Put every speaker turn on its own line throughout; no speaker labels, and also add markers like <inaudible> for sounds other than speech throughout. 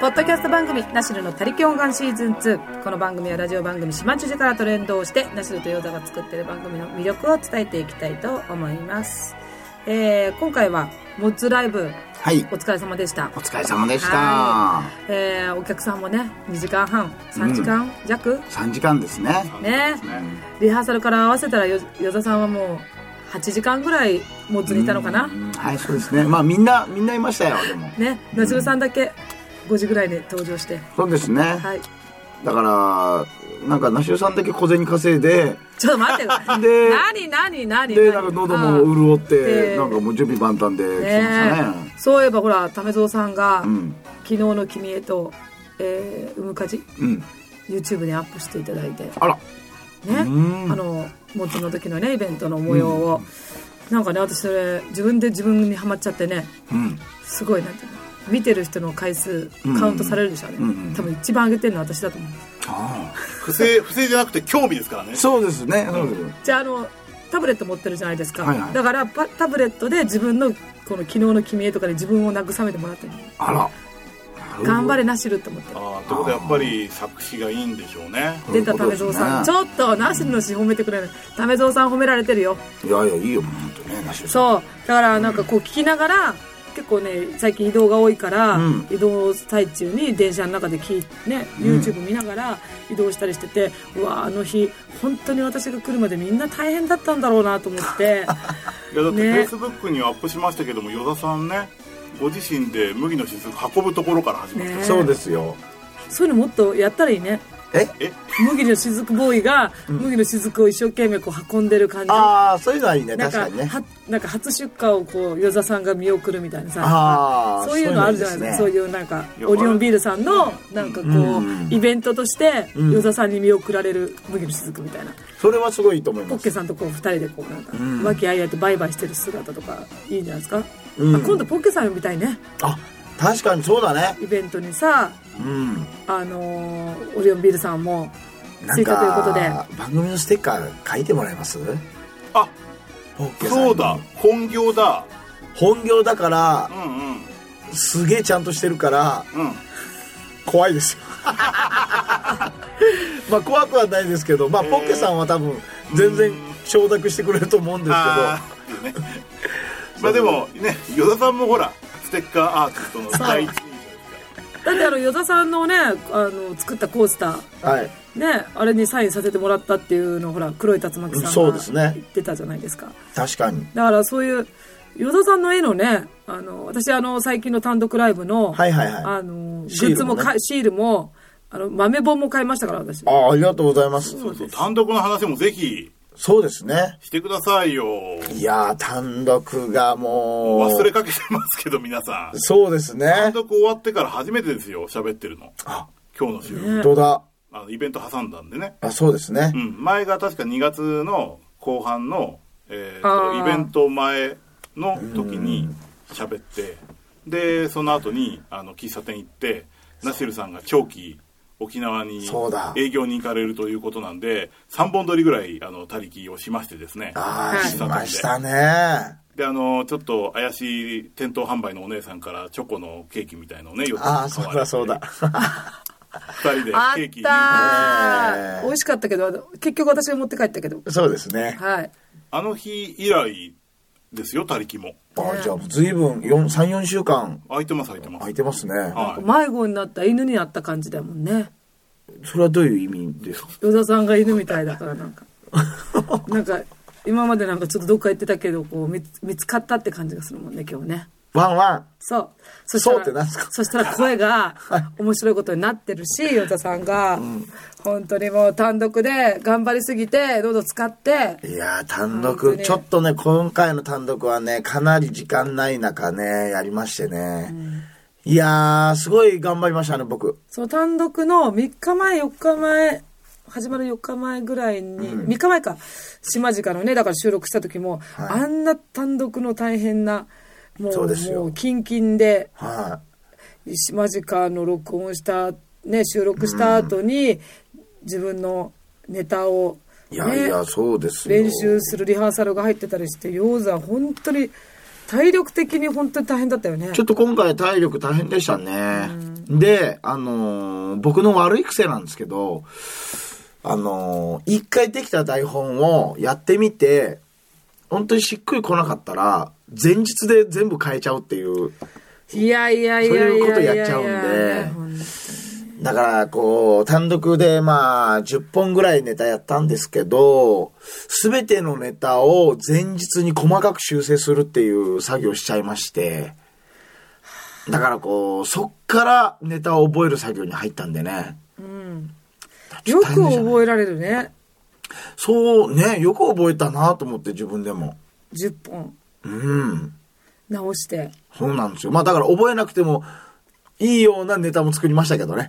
ポッドキャスト番組「ナシルの他力本願シーズン2」この番組はラジオ番組「島知事」からトレンドをしてナシルとヨーダが作っている番組の魅力を伝えていきたいと思います、えー今回はモッツライブ
はい
お疲れ様でした
お疲れ様でした
はえーお客さんもね2時間半3時間弱、
3時間ですね
ね
うん
リハーサルから合わせたらよ与田さんはもう8時間ぐらいモッツにいたのかな、
うんはいそうですねまあみんなみんないましたよでも
ねナシルさんだけ5時ぐらいに登場して
そうですね、
はい
だからなんか那須さんだけ小銭稼いで
ちょっと待ってよ
<laughs> で
何何何
でなんか喉も潤っ
うん
てなんかもう準備万端で来てましたね
ねえそういえばほら為蔵さんが、
うん
昨日の「君へと」えー、産むかじ
うん
YouTube にアップしていただいてね
あらうん
あのモッツの時のねイベントの模様を、なんかね私それ自分で自分にはまっちゃってね
うん
すごいなんていうの見てる人の回数
うん
カウントされるでしょうね、
うんうん
多分一番上げてるの私だと思う
あ
不正不正じゃなくて興味ですからね
あそうですねそうです
じゃああのタブレット持ってるじゃないですか、
はいはい
だからパタブレットで自分のこの昨日の君へとかで自分を慰めてもらってる
あら
頑張れなしると思って
ああということはやっぱり作詞がいいんでしょうね
出た為蔵さん、ち
そういう
ょっとナシルの詩褒めてくれない為蔵さん褒められてるよ
ことですねいやいやいいよ本当ね那須さん
そうだからなんかこう聞きながら結構ね最近移動が多いから、
うん
移動最中に電車の中で聞いね YouTube 見ながら移動したりしてて、うわあの日本当に私が来るまでみんな大変だったんだろうなと思って
<laughs>
いやだってフェ
ね
イスブックにはアップしましたけども依田さんねご自身で麦の雫運ぶところから始まった、
ね
そうですよ
そういうのもっとやったらいいね
え
え
麦の雫ボーイが麦の雫を一生懸命こう運んでる感じ
ああそういうのはいいね
なんか
確かにね
はなんか初出荷をこう与座さんが見送るみたいな
あ
さ
ー
そういうのあるじゃないですかそ
そうう
いうなんか
いや
オリオンビールさんのなんかこ
うん
うイベントとして
うん
与座さんに見送られる麦の雫みたいな
それはすごいいいと思い
ポ
ま
ッケ
す
さんとこう2人でこうなんか
うん
和気あいあいとバイバイしてる姿とかいいんじゃないですか
うん
あ今度ポッケさん呼びたいね
あ確かにそうだね
イベントにさ
うん
あのーオリオンビールさんも
な
追
ん
加ということで
か番組のステッカー書いてもらえます
あ
ポッケさんに
そうだ本業だ
本業だから
うんうん
すげえちゃんとしてるから
うん
怖
<laughs>
いですよまあ怖くはないですけどまあポッケさんは多分全然承諾してくれると思うんですけど
ああねまあでもね依田さんもほらステッカーアーティストの第一人者
だってあの与座さんのねあの作ったコースター
はい
ね、あれにサインさせてもらったっていうのをほら黒い竜巻さん
そう
が
ですね
言ってたじゃないですか
確かに
だからそういう与田さんの絵のねあの私あの最近の単独ライブの,、
はいはいはい
あのグ
シー
ッズ
ルもね
もかシールもあの豆本も買いましたから私
ああありがとうございます
そうそう単独の話もぜひ
そうですね
してくださいよ
いやー単独がもう
忘れかけてますけど皆さん
そうですね
単独終わってから初めてですよ喋ってるの
あ
今日の収録、
本当だ
あのイベント挟んだんでね、
あそうですね
うん、前が確か2月の後半の、えー
あー
とイベント前の時に喋ってでその後にあの喫茶店行ってナシルさんが長期沖縄に
そうだ
営業に行かれるということなんで3本撮りぐらいあの他力をしましてですね
ああ
はい
しましたね
であのちょっと怪しい店頭販売のお姉さんからチョコのケーキみたいのをねよく
ああそうだそうだ
2人で
あっ
ケーキ
た
ね
ー
え
美味しかったけど結局私が持って帰ったけど
<laughs> そうですね
はい
あの日以来ですよ他力も
あじゃあ随分34週間
空いてます空いてます
空いてますね
は
迷
い
子になった犬になった感じだもんね
それはどういう意味ですか <laughs>
与田さんが犬みたいだからなんかなんか今までなんかちょっとどっか行ってたけどこう見つ見つかったって感じがするもんね今日ね
ワンワン
そう。そしたら
そうってなんすか
そしたら声が面白いことになってるし、与田さんが、本当にもう単独で頑張りすぎて、喉使って、
いやー単
本当
独
ね
ちょっとね今回の単独はねかなり時間ない中ねやりましてね、いやーすごい頑張りましたね僕
その単独の3日前、4日前、始まる4日前ぐらいに、3日前か、島地のね、だから収録した時も、
はい
あんな単独の大変な、も
そう
う、
ですよ
もう、キンキンで、
は
島地の録音した、ね、収録した後に、自分のネタを、
いいやいや、そうですよ
練習するリハーサルが入ってたりして鷹山本当に体力的に本当に大変だったよね
ちょっと今回体力大変でしたね、で、あのー僕の悪い癖なんですけど、あのー一回できた台本をやってみて、本当にしっくり来なかったら、前日で全部変えちゃうっていう。
いやいやいやいや
そういうこと
い
やっちゃうんで
やいやほんと
だから、こう、単独で、まあ、10本ぐらいネタやったんですけど、すべてのネタを前日に細かく修正するっていう作業しちゃいまして、だからこう、そっからネタを覚える作業に入ったんでね。
よく覚えられるね
そうね、よく覚えたなと思って自分でも。
10本
うん。
直して
そうなんですよ。まあだから覚えなくてもいいようなネタも作りましたけどね。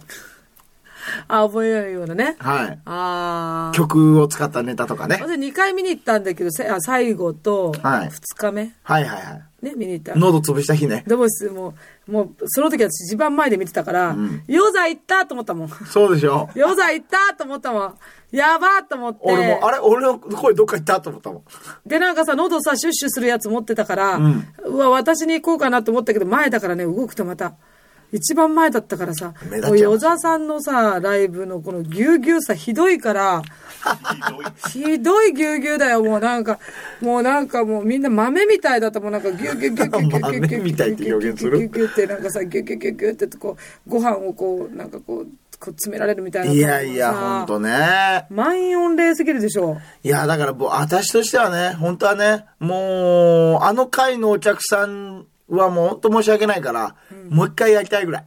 あ覚えられるようなね
はい。
ああ
曲を使ったネタとかね。
私2回見に行ったんだけどせあ最後と
はい
2日目、
はいはいはい。
ね見に行った
喉潰した日ね。
でもすもうもうその時私一番前で見てたから「ヨザ行った!」と思ったもん <laughs>
そうでしょ
「ヨザ行った!」と思ったもんやばーと思って
俺も、あれ俺の声どっか行ったと思ったもん。
で、なんかさ、喉さ、シュッシュするやつ持ってたから、うわ、私に行こうかなと思ったけど、前だからね、動くとまた、一番前だったからさ、
目立っちゃ
も
う
う、与座さんのさ、ライブのこのぎゅうぎゅうさ、ひどいから、
ひどい
ひどいぎゅうぎゅうだよ、もうなんか、もうなんかもうみんな豆みたいだったもん、なんかぎゅうぎゅうぎゅうぎゅうぎゅうぎゅうぎゅうぎゅうぎゅうぎゅう
豆みたいって表現する
ぎゅうぎゅうぎゅうってなんかさ、ぎゅうぎゅうぎゅうぎゅうってこう、ご飯をこう、なんかこう、こう詰められるみたいな。
いやいや、ほんとね。
満員御礼すぎるでしょ。
いや、だからもう、私としてはね、本当はね、もう、あの回のお客さんはもう本当申し訳ないから、もう一回やりたいぐらい。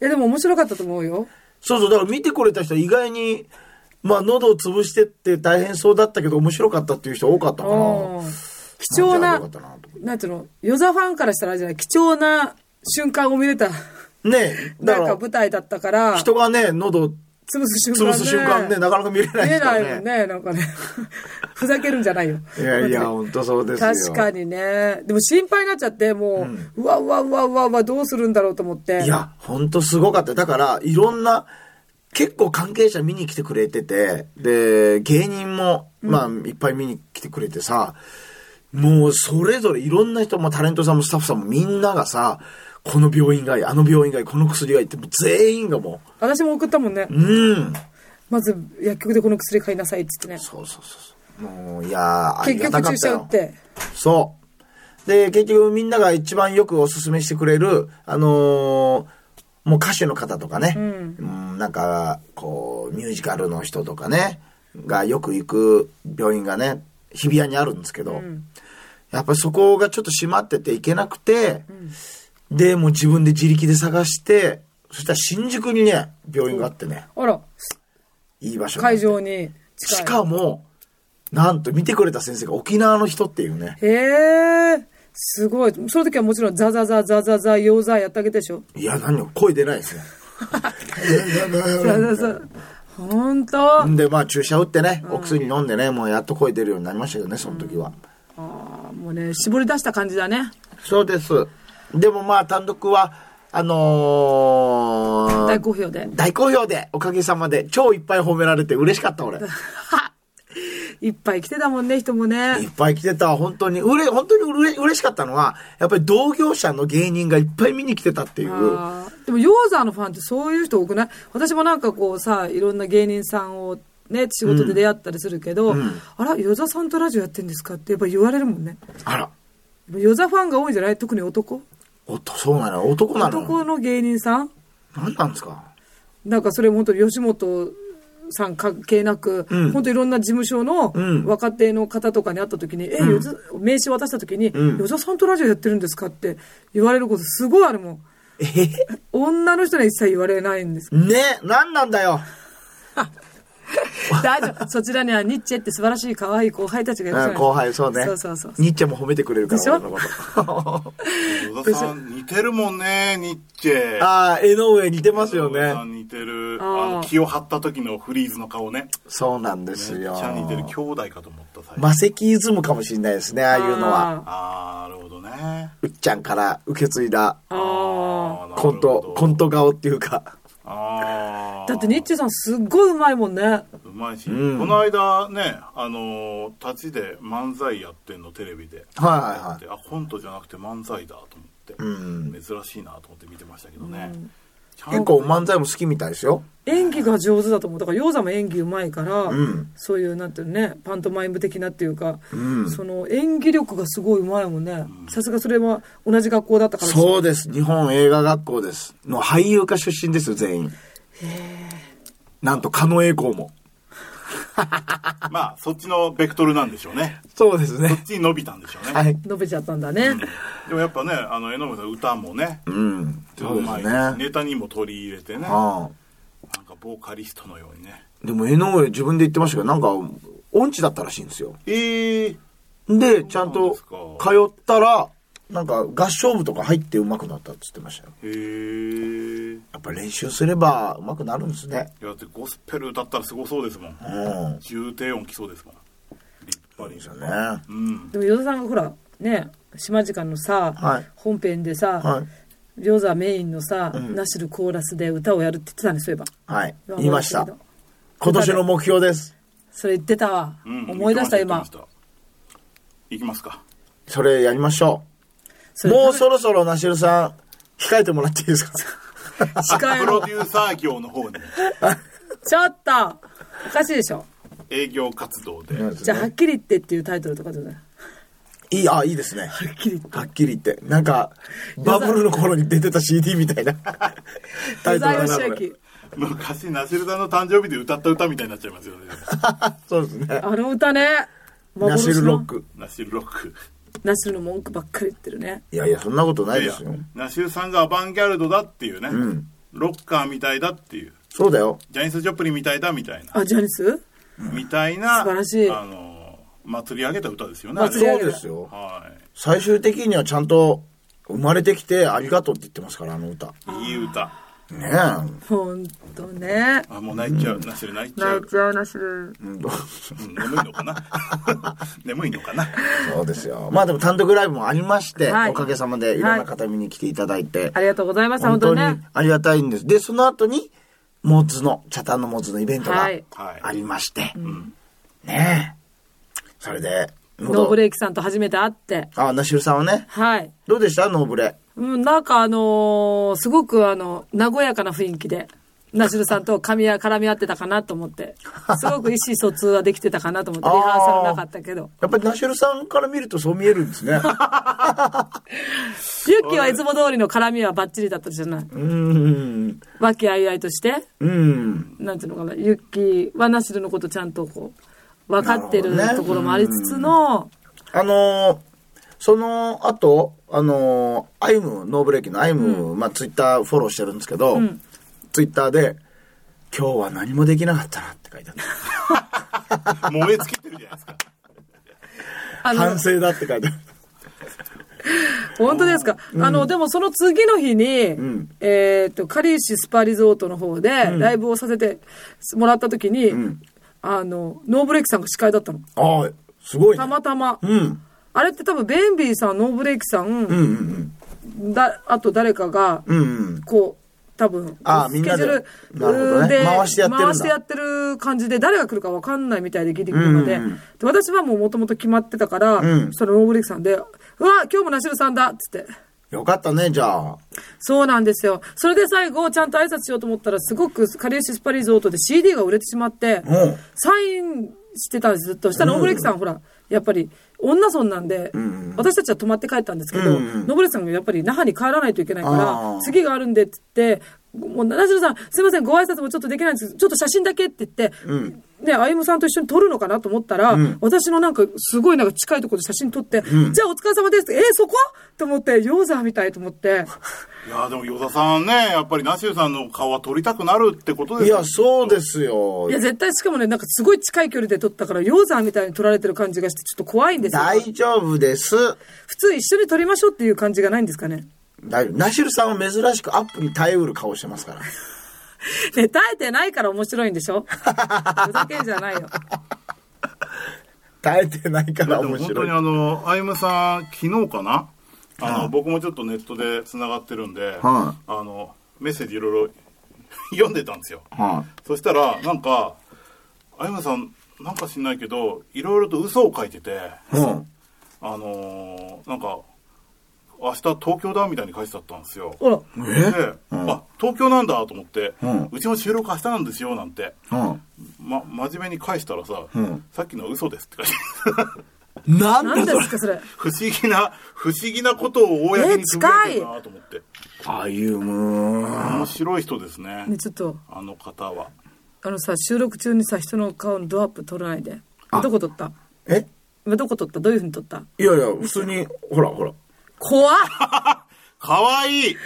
いや、でも面白かったと思うよ。
そうそう、だから見てくれた人意外に、まあ、喉を潰してって大変そうだったけど、面白かったっていう人多かったかな。
うん貴重な、
あじゃあよかったなと
なんていうの、ヨザファンからしたらあれじゃない、貴重な瞬間を見れた、
ねえ、だ
なん
か、
から舞台だったから、
人がね、喉
潰す瞬間ね。
潰す瞬間ね、なかなか見れない
見え
ですか
な
ら
い
ね。
もんね、なんか
<laughs>
ね。ふざけるんじゃないよ。
いやいや、本当そうですよ。
確かにね。でも心配になっちゃって、もう、うわうわうわうわうわ、どうするんだろうと思って。
いや、ほんとすごかった。だから、いろんな、結構関係者見に来てくれてて、で、芸人も、まあ、いっぱい見に来てくれてさ、もう、それぞれいろんな人、まあ、タレントさんもスタッフさんもみんながさ、この病院がいい、あの病院がいい、この薬がいいって、もう全員がも
私も送ったもんね
う、。うん。
まず薬局でこの薬買いなさいっつってね。
そうそうそうそう。もう、いやー、あり
結
がた
局注
かった
射
よ
打っ。て。
そう。で、結局みんなが一番よくおすすめしてくれる、あのーもう歌手の方とかね、うん、なんか、こう、ミュージカルの人とかね、がよく行く病院がね、日比谷にあるんですけど、やっぱりそこがちょっと閉まってて行けなくて、で、もう自分で自力で探して、そしたら新宿にね、病院があってね、
あら、
いい場所が
会場に近い。
しかも、なんと見てくれた先生が沖縄の人っていうね、
へえ、すごい。その時はもちろんザザザザザザ、ヨザやったわけでしょ。
いや、何よ、声出ないですね。
ザザザ。ほんと
で、まあ、注射打ってね、お薬飲んでね、もうやっと声出るようになりましたけどね、その時は。
あもうね、絞り出した感じだね。
そうです。でもまあ、単独は、あのー
大好評で。
大好評で、おかげさまで、超いっぱい褒められて嬉しかった、俺。い
<laughs> いっぱい来てたもんね、人もね
っ。ぱい来てた、本当に。うれ、本当にうれ嬉しかったのは、やっぱり同業者の芸人がいっぱい見に来てたっていう。
あーでも、ヨーザのファンってそういう人多くない私もなんかこうさ、いろんな芸人さんをね、仕事で出会ったりするけど、あら、ヨザさんとラジオやってんですかってやっぱ言われるもんね。
あら、
ヨザファンが多いんじゃない特に男
おっと、そうなの男な
男
の
の芸人さん
何なんですか
なんかそれ本当に吉本さん関係なく、
ん
本当いろんな事務所の
ん
若手の方とかに会った時に、え、よざ名刺渡した時に、よざさんとラジオやってるんですかって言われることすごいあるもん。
え。
女の人には一切言われないんです
<laughs> ね、何なんだよ。
大丈夫。そちらにはニッチェって素晴らしい可愛い後輩たちがいるじゃ
う
なんい
後輩、そうね。
そうそうそう。
ニッチェも褒めてくれるから、
でしょ
俺のこと。 <laughs>
野田さん似てるもんねニッチェ
ああ、江上似てますよ
野田さ
ね。
ん似てる
あー
あの気を張った時のフリーズの顔ね
そうなんで
めっ
す
ち
よ。
ゃ似てる兄弟かと思った最初、
マセキイズムかもしれないですね、ああいうのは。
あ
ああなるほどね
うっちゃんから受け継いだ
ー。あ
あーなる
コ
ほ
ン
ど
ト、コント顔っていうか。
あ
ー
あ
だってニッチェさんすっごいうまいもんね。
うまいし、この間ねあのー立ちで漫才やってんのテレビで
はいはいはい
であコントじゃなくて漫才だと思って、珍しいなと思って見てましたけどね、
結構漫才も好きみたいですよ。
演技が上手だと思うだから鷹山も演技うまいから、
ん
そういうなんていうのねパントマイム的なっていうか、
ん
その演技力がすごいうまいもんねさすがそれは同じ学校だったから
そうです。日本映画学校です。の俳優科出身ですよ、全員。なんと、狩野英孝も。
まあそっちのベクトルなんでしょうね
そうです
そ
<laughs>
っ。ちに伸びたんでしょうね、
はい。
述べちゃったんだね、
でもやっぱねあの江上さん歌もね
うん。そうです
い
ね。
しネタにも取り入れてねなん
ああ
かボーカリストのようにね
でも、江上自分で言ってましたけど、なんか、音痴だったらしいんですよ。
ええ
で、ちゃん
そうなん
と
ですか
通ったら、なんか合唱部とか入って上手くなったって言ってましたよ。
へえ
やっぱ練習すれば上手くなるんですね。
だってゴスペル歌ったらすごそうですもん
うん。
重低音きそうですもん立派に
ですよね。
うん
でも与田さんがほらね島時間のさ、
はい
本編でさ、
はい。
餃子メインのさ、ナシルコーラスで歌をやるって言ってたねそういえば
はい。
今
言いました
思い出。けど
今年の目標です。
それ言ってたわ、
うん
思い出した
言って
今
ました行きますか
それやりましょ。
そうれ
もうそろそろなしるさん、控えてもらっていいですか
控え
プ
<laughs>
ロ
ろ
デューサー業の方に
ちょっとおかしいでしょ
営業活動で
じゃあ、はっきり言ってっていうタイトルとかどうだよ
いい、あ、いいですね。
はっきり言って。
はっきり言って。なんか、バブルの頃に出てた CD みたいなタイトルだな。これ
昔ナシルさんの誕生日で歌った歌みたいになっちゃいますよね
そうですね。
あの歌ね。
ナ
幻
シル
の
ロッ。ク。
ナシルロック
ナシルの文句ばっかり言ってるね。
いやいや、そんなことない
い
で
や
すよ。
ナシルさんがアバンギャルドだっていうね、
ん
ロッカーみたいだっていう
そうだよ。
ジャニス・ジョプリンみたいだみたいな、
あ、ジャニス
みたいな
素晴らしい
あの祭り上げた歌ですよね
そう
祭り上げた
ですよ。
は
最終的にはちゃんと、生まれてきてありがとうって言ってますから、あの歌。
いいい歌
ね
ほんとね。
あもう泣いちゃう、ナシル泣いちゃ、
泣いうちゃうナシル。
え。うん
うん眠いのか
<laughs>
な眠いのかな
そうですよ。まあでも単独ライブもありまして、
はい
おかげさまでいろんな方見に来ていただいて、
ありがとうございました、
本
本
当
当
に
にね。
ありがたいんです。で、その後に、モッズの、チャタンのモッズのイベントが
はい
ありまして、ねえ。それで、
ノーブレイキさんと初めて会って。
あ、ナシルさんはね、
はい。
どうでしたノーブレ。
うん、なんかあのーすごくあの、和やかな雰囲気で。ナシルさんと噛み合絡み合ってたかなと思
<laughs>
って。すごく意思疎通はできてたかなと思って。
あ
リ
ー
ハーサルなかったけど。
やっぱりナシルさんから見るとそう見えるんですね。
ユッキーはいつも通りの絡みはバッチリだったじゃない。
うーん。
和気あいあいとして。
うん。
なんていうのかな、ユッキーはナシルのことちゃんとこう、分かってる
なるほどね
ところもありつつの、
あのーその後、あのーアイム、ノーブレーキのアイム、まあツイッターフォローしてるんですけど、ツイッターで、今日は何もできなかったなって書いてあった。
燃え尽きてるじゃないですか
あの
反、省だって書いてある。 <laughs>
本当ですか。あの、でもその次の日に、
ん
えっと、カリーシスパリゾートの方で、ライブをさせてもらった時に、あの、ノーブレイクさんが司会だったの。
ああ、すごいね
た。またま。
うん。
あれって多分、ベンビーさん、ノーブレイクさ、
うんんうん
だ、あと誰かが、
うん。うん
こう、多分、
あー
スケジュール
みんなでなるほどね
で
回してやってるんだ
回してやってる感じで、誰が来るか分かんないみたいで聞いてくるので、
うんうんうん
で私はもう元々決まってたから、
うん
そのローブレイクさんで、うわ今日もナシルさんだっつって。
うん。よかったね、じゃあ。
そうなんですよ。それで最後、ちゃんと挨拶しようと思ったら、すごくカリウシスパリゾートで CD が売れてしまって、
うん
サインしてたんです、ずっと。したら、ノブレイクさん、ほら、やっぱり、女村なんで、私たちは泊まって帰ったんですけど、ノブレイクさんがやっぱり那覇に帰らないといけないか
あ
ら
ー、
次があるんでって言って、もう、ナシルさん、すいません、ご挨拶もちょっとできないんですけど、ちょっと写真だけって言って、ね、あゆむさんと一緒に撮るのかなと思ったら、私のなんか、すごいなんか近いところで写真撮って、じゃあお疲れ様です。えーそこと思って、ヨーザーみたいと思 <laughs> って、
いやでも与田さんねやっぱりナシルさんの顔は撮りたくなるってことで
い
すよ
や、そうですよ
い。や、絶対しかもね、なんかすごい近い距離で撮ったから、ヨーザーみたいに撮られてる感じがして、ちょっと怖いんですよ。
大丈夫です。
普通一緒に撮りましょうっていう感じがないんですかね。 <laughs>
大丈夫。ナシルさんは珍しくアップに耐えうる顔してますから。
ね、耐えてないから面白いんでし
<laughs>
ょふざけんじゃないよ。
耐えてないか
いや
ら
でも
面
本当
白い
に。あのアイムさん昨日かなあの僕もちょっとネットでつながってるんで、
は
あのメッセージいろいろ <laughs> 読んでたんですよ
は
そしたらなんかアイムさんなんか知んないけどいろいろと嘘を書いてて
い。うん。
あのーなんか明日東京だみたいに書いてあったんですよ。
ほら、
で、あ、東京なんだと思って、う
うん
ちの収録明日なんですよ、なんて、
うん。
ま、真面目に返したらさ、
ん
さっきの嘘ですって書いてある <laughs>
なん
何で
だそれ
すかそれ。
不思議な、不思議なことを公につぶやいてるなと思って。
あゆむ
面白い人ですね。
ね、ちょっと、
あの方は。
あのさ、収録中にさ、人の顔のドアップ撮らないで。
あ
どこ撮った
え
今どこ撮ったどういうふうに撮った
いやいや、普通に、ほらほら。
怖っ
かわいい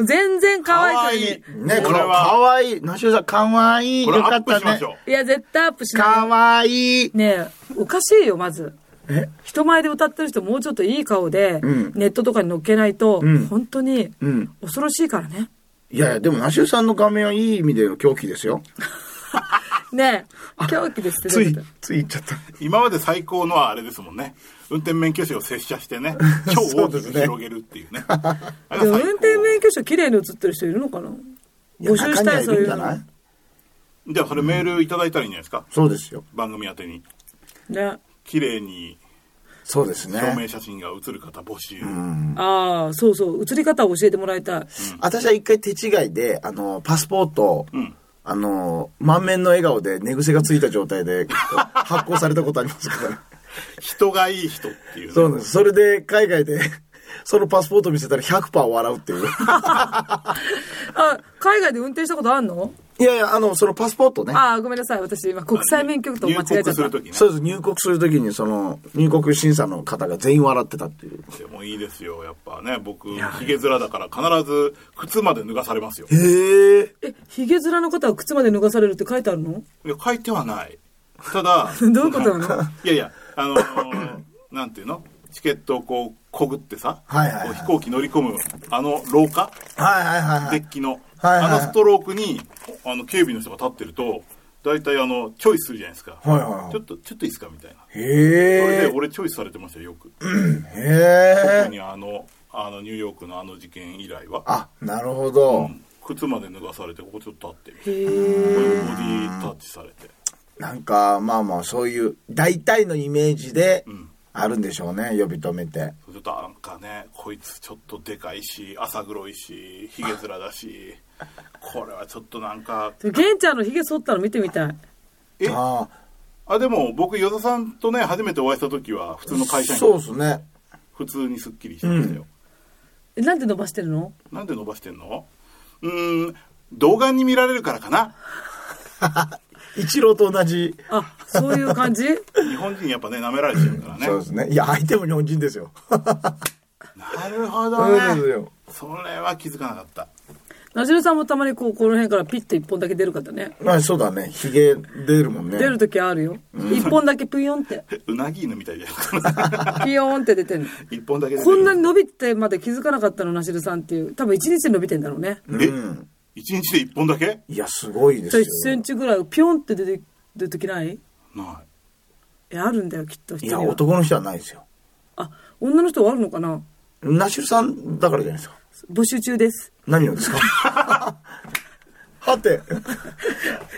全然可愛いのに。
ね、
こ
こ
れ
れ
は
かわいい。なしおさん、かわいい。
これ
よ
ア
か
ッ
っ
プ
た
しま
ね
し。ょ
いや、絶対アップしない。
かわいい。
ねえ、おかしいよ、まず。人前で歌ってる人もうちょっといい顔で、
ん
ネットとかに載っけないと、
ん
本当に
うん
恐ろしいからね。
いやいや、でもなしおさんの画面はいい意味での狂気ですよ。
ねえ、狂気ですってど
つ
ういう
い
こと、
つい言っちゃった。
う。今まで最高のはあれですもんね。運転免許証を接写し
<laughs>
てね、超
そ
大
うで
き
す
く
ね
広げるっていうね。あれが
でも
最高
運転免許証綺麗に写ってる人いるのかな募集したい、そういうの。ね。
じゃあそれメールいただいたらいいんじゃないですか。
そうですよ。
番組宛てに。綺麗に
そうです
証明
ね。
写真が写る方募集。
ああ、そうそう、写り方を教えてもらいたい。
私は一回手違いで、あの、パスポートを、
ん
あの、満面の笑顔で寝癖がついた状態で発行されたことありますから、
人がいい人っていうね。
そうなんです。それで海外で、 <laughs> そのパスポート見せたら100%笑うって
<laughs>
いう。
あ、海外で運転したことあんの
いやいや、あの、そのパスポートね。
ああ、ごめんなさい。私、今、国際免許と間違え
入
ちゃ
国
っ
する
た
と。きね。
そうです。入国するときに、その、入国審査の方が全員笑ってたっていう。
でもいいですよ、やっぱね。僕、ヒゲ面だから必ず靴まで脱がされますよ。
へえ。
え、ヒゲ面の方は靴まで脱がされるって書いてあるの
いや、書いてはない。ただ、
<laughs> どういうことなの
いやいや、あのー
<laughs>
なんていうのチケットをこう、こぐってさ、
はいはいはい
こう飛行機乗り込む、あの廊下、
はいはいはいは
デ
い
ッ。キの、
はいはいはい
あのストロークに、あの、警備の人が立ってると、大体あの、チョイスするじゃないですか。
はいはいはい
ちょっと、ちょっといいですかみたいな。それ
へ
で、
え。
俺チョイスされてましたよ、よく。
へ
特
え。
にあの、あの、ニューヨークのあの事件以来は、
あ、なるほど。
靴まで脱がされて、ここちょっと立って、
へ
こう
え。
いうボディタッチされて。
なんか、まあまあ、そういう、大体のイメージで
ん、
あるんでしょうね、呼び止めて。
ちょっとなんかねこいつちょっとでかいし朝黒いしひげ面だし <laughs> これはちょっとなんか
でも玄ちゃんのヒゲ剃ったの見てみたい。
え
あ
あでも僕与田さんとね初めてお会いした時は普通の
あ、
会社員
そうですね。
普通にすっきりしてましたよ、
え、なんで伸ばしてるの
なんで伸ばしてんのうーん動画に見られるからかな
一郎と同じ。
あ、そういう感
<laughs>
じ
日本人やっぱね舐められちゃうからね
そうですね。いや、相手も日本人ですよ。
なるほど
そうです
ね
よ。
それは気づかなかった
なじるさんもたまにこう、この辺からピッて一本だけ出る方ね。
まあ、そうだね。ヒゲ出るもんね。
出る時あるよ。一本だけプヨンって。
うなぎ犬みたいじゃん
<laughs>
ピヨーンって出てるの。
一本だけ出て
こ
る
んなに伸びてまで気づかなかったの、なしるさんっていう。多分一日で伸びてんだろうね。
え
うん
一日で一本だけ
いや、すごいで
じ
す
ゃあ
よ
1。センチぐらいピョンって出て出る時ない
ない
え、あるんだよ、きっと。人
い
に
や、
は
男の人はないですよ。
あ、女の人はあるのかな
ナシュルさんだからじゃないですか。
募集中です。
何をですか
<laughs>
はて。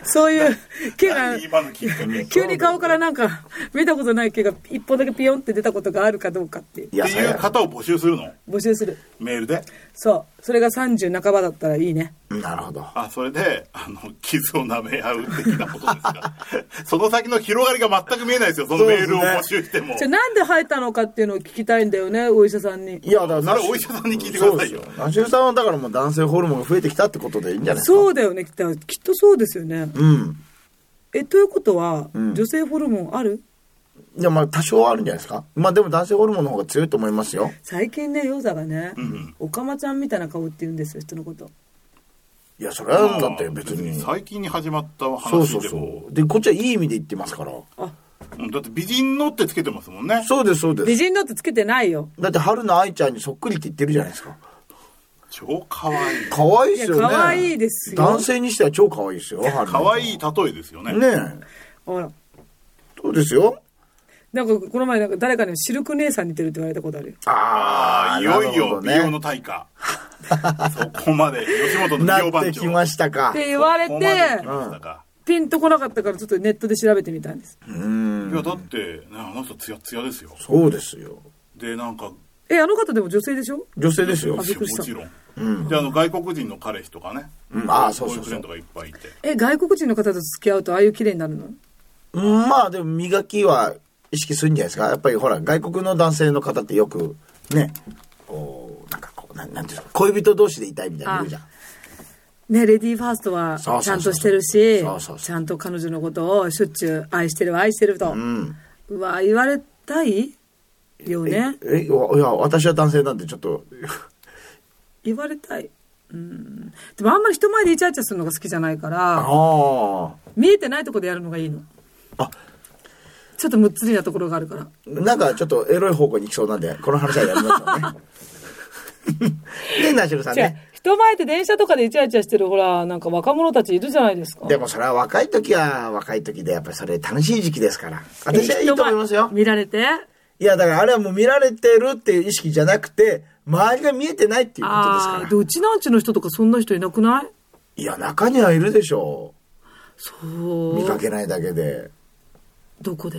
そう
<laughs>
いう毛が
何、今の聞いてる
急に顔からなんか、見たことない毛が一本だけピヨンって出たことがあるかどうかっていう
い
っ
や、
て
そ
いう
れ
方を募集するの
募集する。
メールで
そう。それが30半ばだったらいいね。
なるほど。
あそれであの傷を舐め合う的なことで
<laughs>
すかその先の広がりが全く見えないですよそのメールを募集しても
じゃあなんで生えたのかっていうのを聞きたいんだよね、お医者さんに。
いや、だから
それ
ナシュ
お医者さんに聞いてくださいよ
そうですナシュルさんはだからもう男性ホルモンが増えてきたってことでいいんじゃないですか。
そうだよね。きっときっとそうですよね。
うん。
え、ということは、
ん
女性ホルモンある
いや、まあ多少はあるんじゃないですか。まあでも男性ホルモンの方が強いと思いますよ。
最近ね、ヨザがね、
うんうん
おかまちゃんみたいな顔って言うんですよ、人のこと。
いや、それはだって別に。
最近に始まった
そうそう
話でも
そう。で、こっちはいい意味で言ってますから。
あ、
うんだって美人のってつけてますもんね
そうです、そうで
美
す。
人のってつけてないよ。
だって春菜愛ちゃんにそっくりって言ってるじゃないですか。
超可愛い
可愛いですよね。
いや可愛いですよ
男性にしては超可愛いですよ、春菜。
可愛い例えですよね
ねえ。
ほら。
そうですよ。
なんか、この前なんか誰かにシルク姉さん似てるって言われたことあるよ。
ああいよいよ美
なる
容
ほどね。
の大化そこまで吉本の美容
なっ
番
て
長
きましたか
っ。て言われ
ここまで
て
来、ましたか
ピンとこなかったからちょっとネットで調べてみたんです。
うん。
いやだってねあの人ツヤツヤですよ
そうですよ。
でなんか
え、あの方でも女性でしょ
女性ですよ
あ。びっくりした
もちろん、であの外国人の彼氏とかね、
うんああ、そう
ボ
そう
ーイ
そ
フレ
う
ンド。がいっぱいいて
え、外国人の方と付き合うとああいう綺麗になるの
うんまあでも磨きは意識するんじゃないですか。やっぱりほら、外国の男性の方ってよく、ね、こう、なんかこう、なんなんていうんですか、恋人同士でいたいみたいな言うじゃん。
ね、レディーファーストは
そう
ち
そ
ゃ
うそうん
としてるし
そうそうそう、
ちゃんと彼女のことをしょっちゅう愛してる愛してると。
うん。
うわ、言われたいよね。
え、いや、私は男性なんでちょっと、
言われたい。うん。でもあんまり人前でイチャイチャするのが好きじゃないから、
あ
見えてないとこでやるのがいいの。
あ。あ、
ちょっとむっつりなところがあるから。
なんかちょっとエロい方向に行きそうなんで、この話はやめましょ
<laughs>
うね。で、ナシルさん
違う
ね。
人前で電車とかでイチャイチャしてるほらなんか若者たちいるじゃないですか
でもそれは若い時は若い時で、やっぱりそれ楽しい時期ですから。私はいいと思いますよ
人前。見られて
いや、だからあれはもう見られてるっていう意識じゃなくて、周りが見えてないっていうことです
ああー
か
で
ら。
うちなんちの人とかそんな人いなくない
いや、中にはいるでしょう。
そ
見か
う
けないだけで。
どこで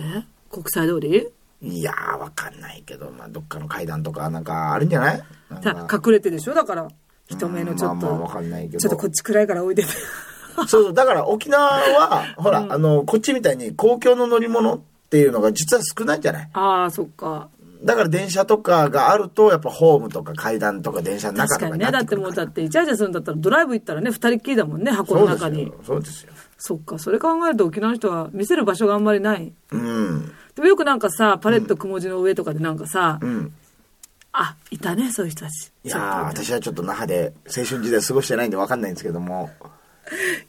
国際通り
いやー、わかんないけど、まあ、どっかの階段とかなんかあるんじゃないなん
さ
か
隠れてでしょだから人目のちょっと、
まあまあわかんないけど
ちょっとこっちくらいからおいで
<laughs> そうそう、だから沖縄 <laughs> は、ほら、あの、こっちみたいに公共の乗り物っていうのが実は少ないんじゃない
ああそっか
だから電車とかがあると、やっぱホームとか階段とか電車の中
確
と
か
か
に
に
ね
な
だ
っ
って
く
て
る
もう
か
だ
ら
ってイチャイチャするんだったらドライブ行ったらね二人っきりだもんね箱の中に
そうですよ。そうですよ。
そっかそれ考えると沖縄の人は見せる場所があんまりない
うん。
でもよくなんかさパレットくも字の上とかでなんかさ、
うん。
あいたねそういう人たち
い
ちょっと
やー私はちょっと那覇で青春時代過ごしてないんで分かんないんですけども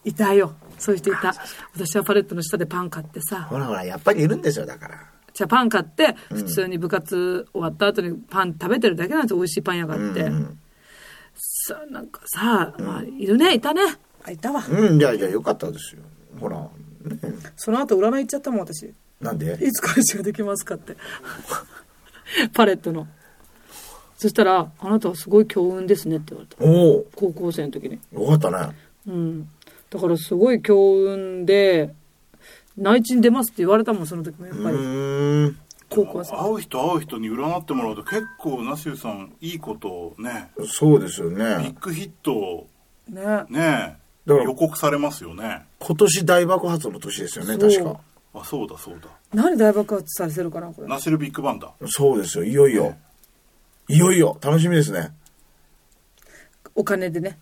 いたよ。そういう人いた。私はパレットの下でパン買ってさ。
ほらほらやっぱりいるんですよだから
じゃあパン買って、普通に部活終わった後にパン食べてるだけなんですよ。美味しいパン屋があって。さあ、なんかさ、まあ、いるね、いたね。あ、いたわ。
うんじゃあじゃあよかったですよほら、ね、
その後占い行っちゃったもん、私。
なんで
いつ回収できますかって。パレットの。そしたら、あなたはすごい強運ですねって言われた。
お
高校生の時に。
およかったね
うん。だからすごい強運で、内地に出ますって言われたもん、その時もやっ
う
ぱり。
ーん
高校生。
会う人会う人に占ってもらうと結構ナシルさんいいことをね
そうですよ
ビッ
ね
グヒットを
ね。
ね
だから
予告されますよね
今年大爆発の年ですよね
そう
確か
あそうだそうだ
何大爆発させるかなこれ
ナシルビッグバンだ
そうですよいよいよいよいよ楽しみですね
お金でね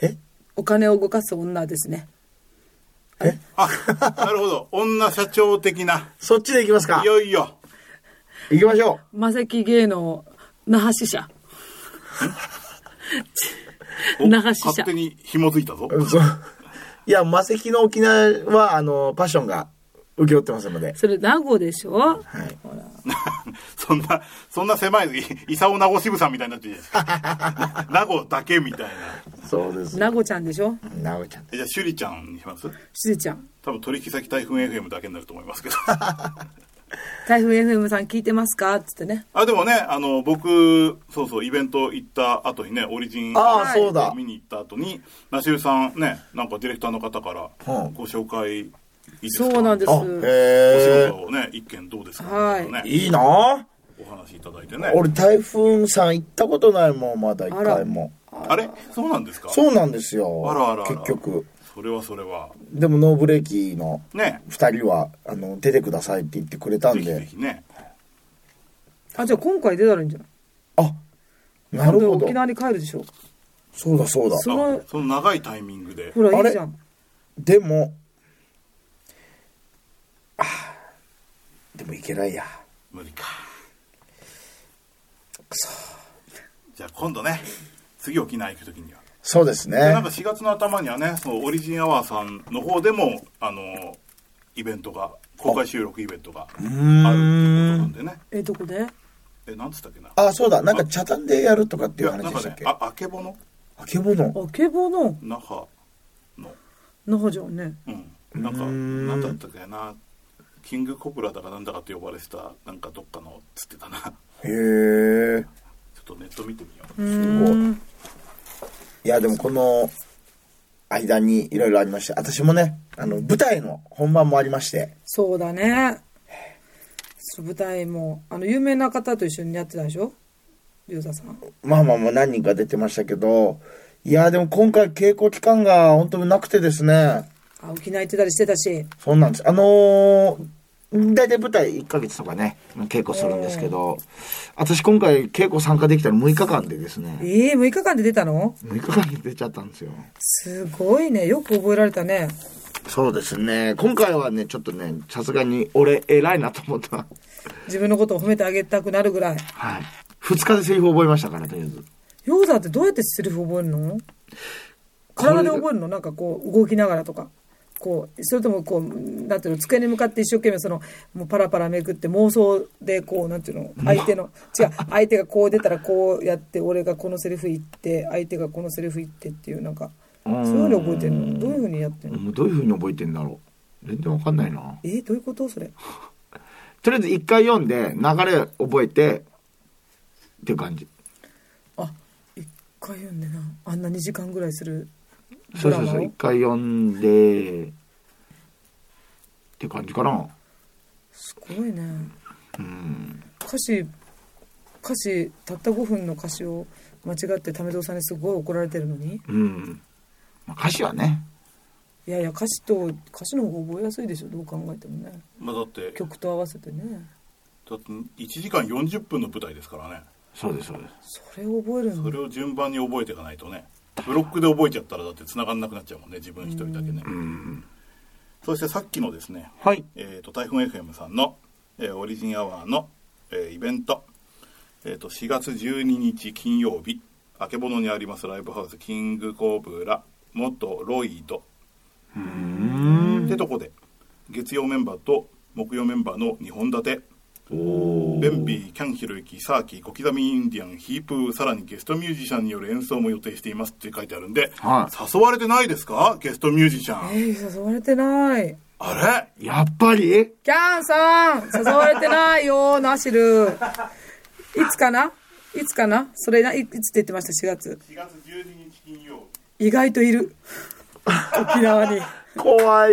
え
お金を動かす女ですね
あ <laughs> なるほど女社長的な
そっちで行きますか
いよいよ
行きましょ
魔石芸能那覇支社
お
流し社
勝手に紐づいたぞ <laughs>
う <laughs> そういや魔石の沖縄はあのパッションが請け負ってますので
それ名護でしょ
はい
そんな、そんな狭い、いイサオ名護支部さんみたいになってるじゃ <laughs> ない名護だけみたいな。
そうです
名護ちゃんでしょ
なおちゃん
えじゃあ、シュリちゃんにします
しずちゃん
多分取引先台風 FM だけになると思います
<laughs>
けど。
台風 FM さん聞いてますかっつってね
あ、でもね、あの、僕、そうそう、イベント行った後にね、オリジン
ああ
はい
そうだ
見に行った後に、ナシルさんね、なんかディレクターの方から
うん
ご紹介いいですか
そうなんです
あ
お仕
へ
事をね、一件どうですか
はい
みたいな
え
ね、
いいな
お話いただいてね。
俺台風さん行ったことないもんまだ一回も
あれそうなんですか
そうなんですよ
あらあらあら
結局
それはそれは。
でもノーブレーキの
ね、
2人はあの出てくださいって言ってくれたん
ぜひ
で
ぜひね。
あじゃあ今回出たらいいんじゃない
あなるほ
今度
ど
沖縄に帰るでしょ
そうだそうだ
そ
あ
の
その長いタイミングで
ほ。
あ
ら
れ
いいじゃん
でもあーでもいけないや
無理かじゃあ今度ね次沖縄行く時には
そうです
でなん
ね
か4月の頭にはねそのオリジンアワーさんの方でもあのイベントが公開収録イベントがあるっていうことなんでね
えどこで
えなんつったっけな
あそうだなんか茶炭でやるとかっていう
いや
話
なん
で
か
したっ
ね
け
ああけぼの
あけぼの
あけぼの
那覇の
那覇じゃんね
うんなんか
ん
なんだったっけなキングコブラだかなんだかって呼ばれてたなんかどっかのつってたなちょ
へえ
っとネット見てみよう
すごい。いや、でもこの間にいろいろありまして、私もね、あの、舞台の本番もありまして、
そうだねそう舞台もあの有名な方と一緒にやってたでしょユーザーさん。
まあまあまあ何人か出てましたけど、いや、でも今回稽古期間が本当になくてですね、
あ、沖縄行ってたりしてたし。
そうなんです。あのー、大体舞台1ヶ月とかね、稽古するんですけど、私今回稽古参加できたの6日間でですね、
ええー、6日間で出たの
6日間で出ちゃったんですよ。
すごいね。よく覚えられたね。
そうですね、今回はね、ちょっとね、さすがに俺偉いなと思った。
自分のことを褒めてあげたくなるぐらい。
はい。2日でセリフ覚えましたから、とりあえず。
ユーザーってどうやってセリフ覚えるの体で覚えるのなんかこう、動きながらとか。こう、それともこう、なんていうの、机に向かって一生懸命その、もうパラパラめくって妄想でこう、なんていうの、相手の、違う、相手がこう出たらこうやって、俺がこのセリフ言って、相手がこのセリフ言ってっていう、なんか、そういうふうに覚えてるのどういうふうにやってるの
もうどういうふうに覚えてんだろう。全然わかんないな。
えどういうことそれ。
とりあえず1回読んで、流れ覚えて、っていう感じ。
あ、一回読んでな。あんな2時間ぐらいするド
そう
ラ
そう
マ
そう、
を
一。回読んで、って感じかな。
すごいね。
うん。
歌詞、歌詞、たった5分の歌詞を間違って為藤さんにすごい怒られてるのに。
うん。まあ、歌詞はね。
いやいや、歌詞と、歌詞の方が覚えやすいでしょ。どう考えてもね。
まあだってだ
曲と合わせてね。
って1時間40分の舞台ですからね
そうです、そうです。
それを覚える
そ
の。
れを順番に覚えていかないとねブロックで覚えちゃったらだって繋がんなくなっちゃうもんね自分一人だけね
うん。
そしてさっきのですね
はい。
えー、と台風 FM さんの、えーオリジンアワーの、えーイベント,、えー、と4月12日金曜日あけぼのにありますライブハウスキングコブラ元ロイドってとこで月曜メンバーと木曜メンバーの2本立て
お
ベンビーキャンヒロユキサーキ小刻みインディアンヒープーさらにゲストミュージシャンによる演奏も予定していますって書いてあるんで、
はい
誘われてないですかゲストミュージシャン
えー、誘われてない。
あれ
やっぱり
キャンさん誘われてないよ、ナシル。いつかないつかなそれない、いつって言ってました、4月。
4月12日金曜
意外といる。沖縄
<laughs>
に。
怖い。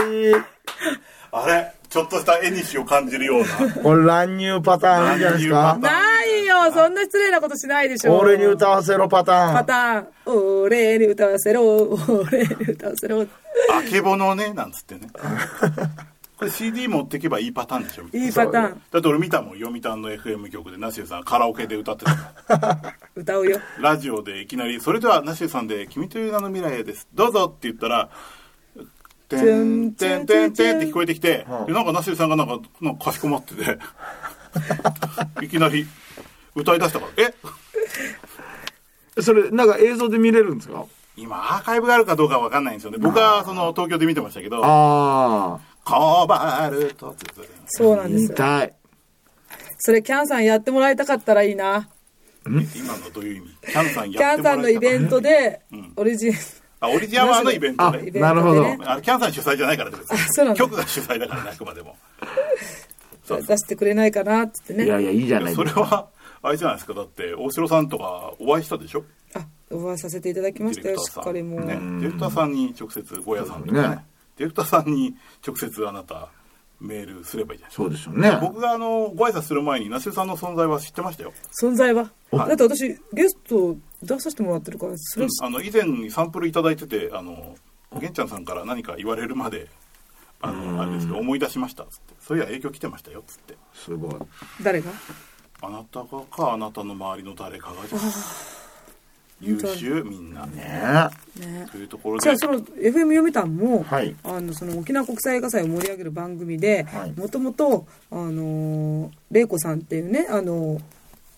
あれちょっとした絵にしを感じるような
<laughs> これ乱入パターンあるじゃないです
乱
か
入。
ないよそんな失礼なことしないでしょ
俺に歌わせろパターン。
パターン俺に歌わせろ俺に歌わせろ
あけぼのねなんつってねこれ CD 持ってけばいいパターンでしょ
いいパターン
だって俺見たもん読谷の FM 局でナシエさんカラオケで歌ってたから
歌うよ
ラジオでいきなり「それではナシエさんで君という名の未来へですどうぞ」って言ったら「てんてんてんてん」って聞こえてきて、でなんかナシエさんがなんかなんかかしこまってていきなり歌い出したから「え
それ、なんか映像で見れるんですか
今アーカイブがあるかどうかわかんないんですよね僕はその東京で見てましたけど
あ
「コバルト」って言ってたよ
そう
あ。
なんで
見
すよ
たい。
それキャンさんやってもらいたかったらいいな
今のどういう意味キャンさん
キ
やっ
ャンさん
てもらえた
のイベントでオリジン
あオリジナルのイベント
あ、
ね
なるほ
イベン
ど
ト。
あれキャンさん主催じゃないからね別に
あそうなんだ
局が主催だからねあくまでも
出してくれないかなっつって
いや
ね
いや、いいじゃない
そ
で
れ
すか。
はあれじゃないですかだって大城さんとかお会いしたでしょ
あお会いさせていただき
デ
ま
ィ
したよ
レクター
し
さ
っ
ん
かりもう、
ねディレクターさんに直接ゴーヤさんとかね
ね
ディレクターさんに直接あなたメールすればいいじゃないです
そ
か
うですよね。
僕があのご挨拶する前に那須さんの存在は知ってましたよ
存在は
はい
だって私ゲスト出させてもらってるからそれ
あの以前にサンプルいただいててあの玄ちゃんさんから何か言われるまであのあれですけど思い出しましたっつってそういや影響来てましたよっつって
すごい。
誰が
あなたがかあなたの周りの誰かがじゃない優秀みんな
ね
ね
というところ
じゃ
で
あその FM 読谷も、
はい
あのその沖縄国際映画祭を盛り上げる番組で
はい
もともと玲子さんっていうねあの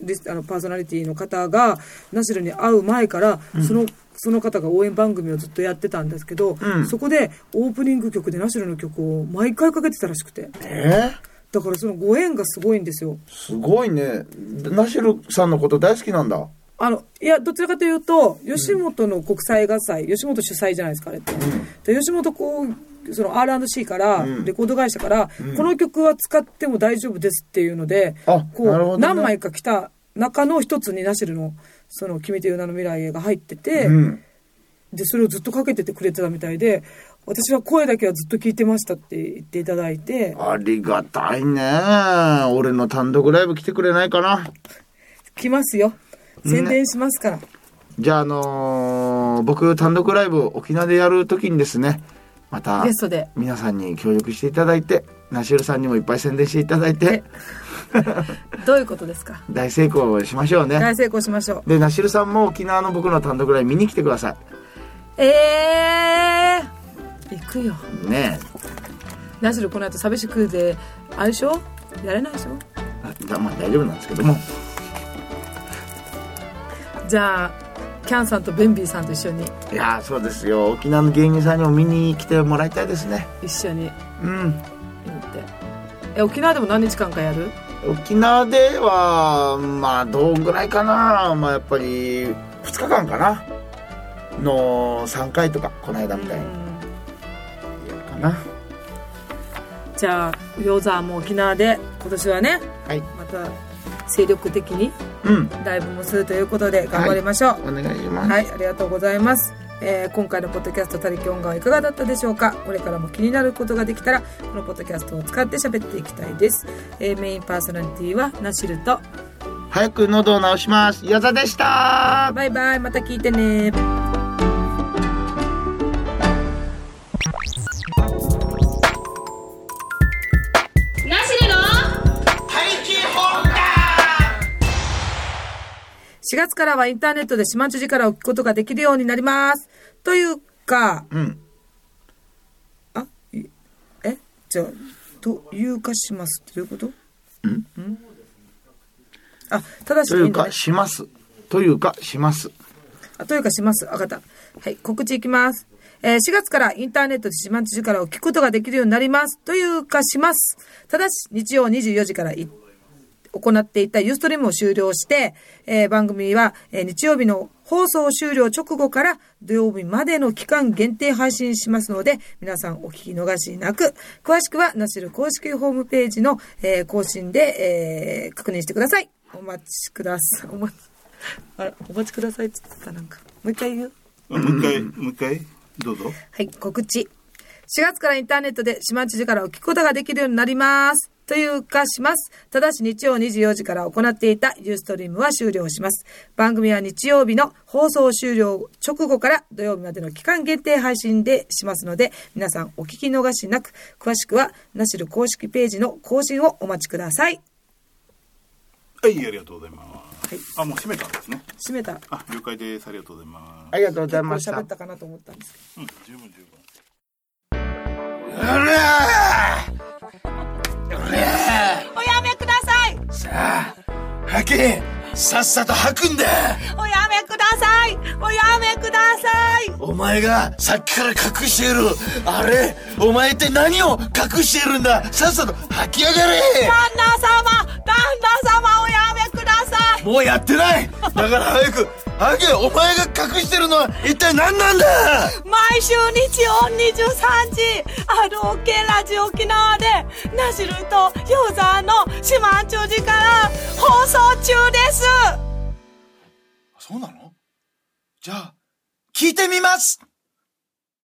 リスあのパーソナリティの方がナシルに会う前から、そのその方が応援番組をずっとやってたんですけど、
うん
そこでオープニング曲でナシルの曲を毎回かけてたらしくて
え。え
だからそのご縁がすごいんですよ。
すごいね。ナシルさんのこと大好きなんだ。
あの、いや、どちらかというと、吉本の国際映画祭、吉本主催じゃないですか、あれって。で吉本こう、その R&C から、
うん
レコード会社から、この曲は使っても大丈夫ですっていうので、
あ
こ
なるほど
う、
ね
何枚か来た中の一つにナシルの、その、君という名の未来が入ってて、
うん。
で、それをずっとかけててくれてたみたいで、私は声だけはずっと聞いてましたって言っていただいて、
ありがたいね。俺の単独ライブ来てくれないかな。
来ますよ。宣伝しますから。
じゃあ、あのー僕単独ライブ沖縄でやるときにですね、また
ゲストで
皆さんに協力していただいて、ナシュルさんにもいっぱい宣伝していただいて、
どういうことですか
大成功しましょうね。
大成功しましょ
で、ナシュルさんも沖縄の僕の単独ライブ見に来てくださ
う。えー、行くよ。
い。ね
何しろこの後寂しくで、あれでしょやれないでしょ
え。あだまあ大丈夫なんですけども。
じゃあ、キャンさんとベンビーさんと一緒に、
いやーそうですよ。沖縄の芸人さんにも見に来てもらいたいですね。
一緒に行
うん。
って。え、沖縄でも何日間かやる
沖縄ではまあどんぐらいかなまあやっぱり2日間かなの3回とかこの間みたいに
うん
やるかな、
じゃあ、餃子も沖縄で、今年はね、
はい
また精力的に
うん
ライブもするということで頑張りましょう。
お願いします、
はい、ありがとうございます。えー今回のポッドキャスト「他力音楽」はいかがだったでしょうかこれからも気になることができたらこのポッドキャストを使って喋っていきたいです、えーメインパーソナリティはナシルと
早く喉を治します矢田でした
バイバイまた聞いてね
ナシルの
4月からはインターネットで島んちゅじからを聞くことができるようになりますというか
うん
あいえじゃあというかしますということんあただし
と
で
い
いい
うん
だ
か
ね
しますというかします
あというかします。あかった。はい、告知いきます。えー4月からインターネットで四万十からを聞くことができるようになります。というかします。ただし、日曜24時からい行っていたユーストリームを終了して、えー番組は、えー日曜日の放送終了直後から土曜日までの期間限定配信しますので、皆さんお聞き逃しなく、詳しくはナシル公式ホームページの、えー更新で、えー確認してください。お待ちください。お待ち、あら、お待ちくださいって言ってたなんか。もう一回言う。
もう一回もう一回どうぞ
はい、告知。4月からインターネットで島知事からを聞くことができるようになります。というかします。ただし日曜24時から行っていたユーストリームは終了します。番組は日曜日の放送終了直後から土曜日までの期間限定配信でしますので、皆さんお聞き逃しなく、詳しくはナシル公式ページの更新をお待ちください。
はいありがとうございます、
はい
あもう閉めたんですね
閉めた。
あ了解ですありがとうございます
ありがとうございまし
結構
た
喋ったかなと思ったんですけど。
うん十分十分
おやめください
吐けさっさと吐くんだ
おやめくださいおやめください
お前がさっきから隠しているあれお前って何を隠しているんださっさと吐き上がれ
旦那様旦那様おやめください
もうやってないだから早くハゲお前が隠してるのは一体何なんだ
毎週日曜23時あのオッケーラジオ沖縄でナシルとヨザーの島中寺から放送中です
そうなのじゃあ、聞いてみます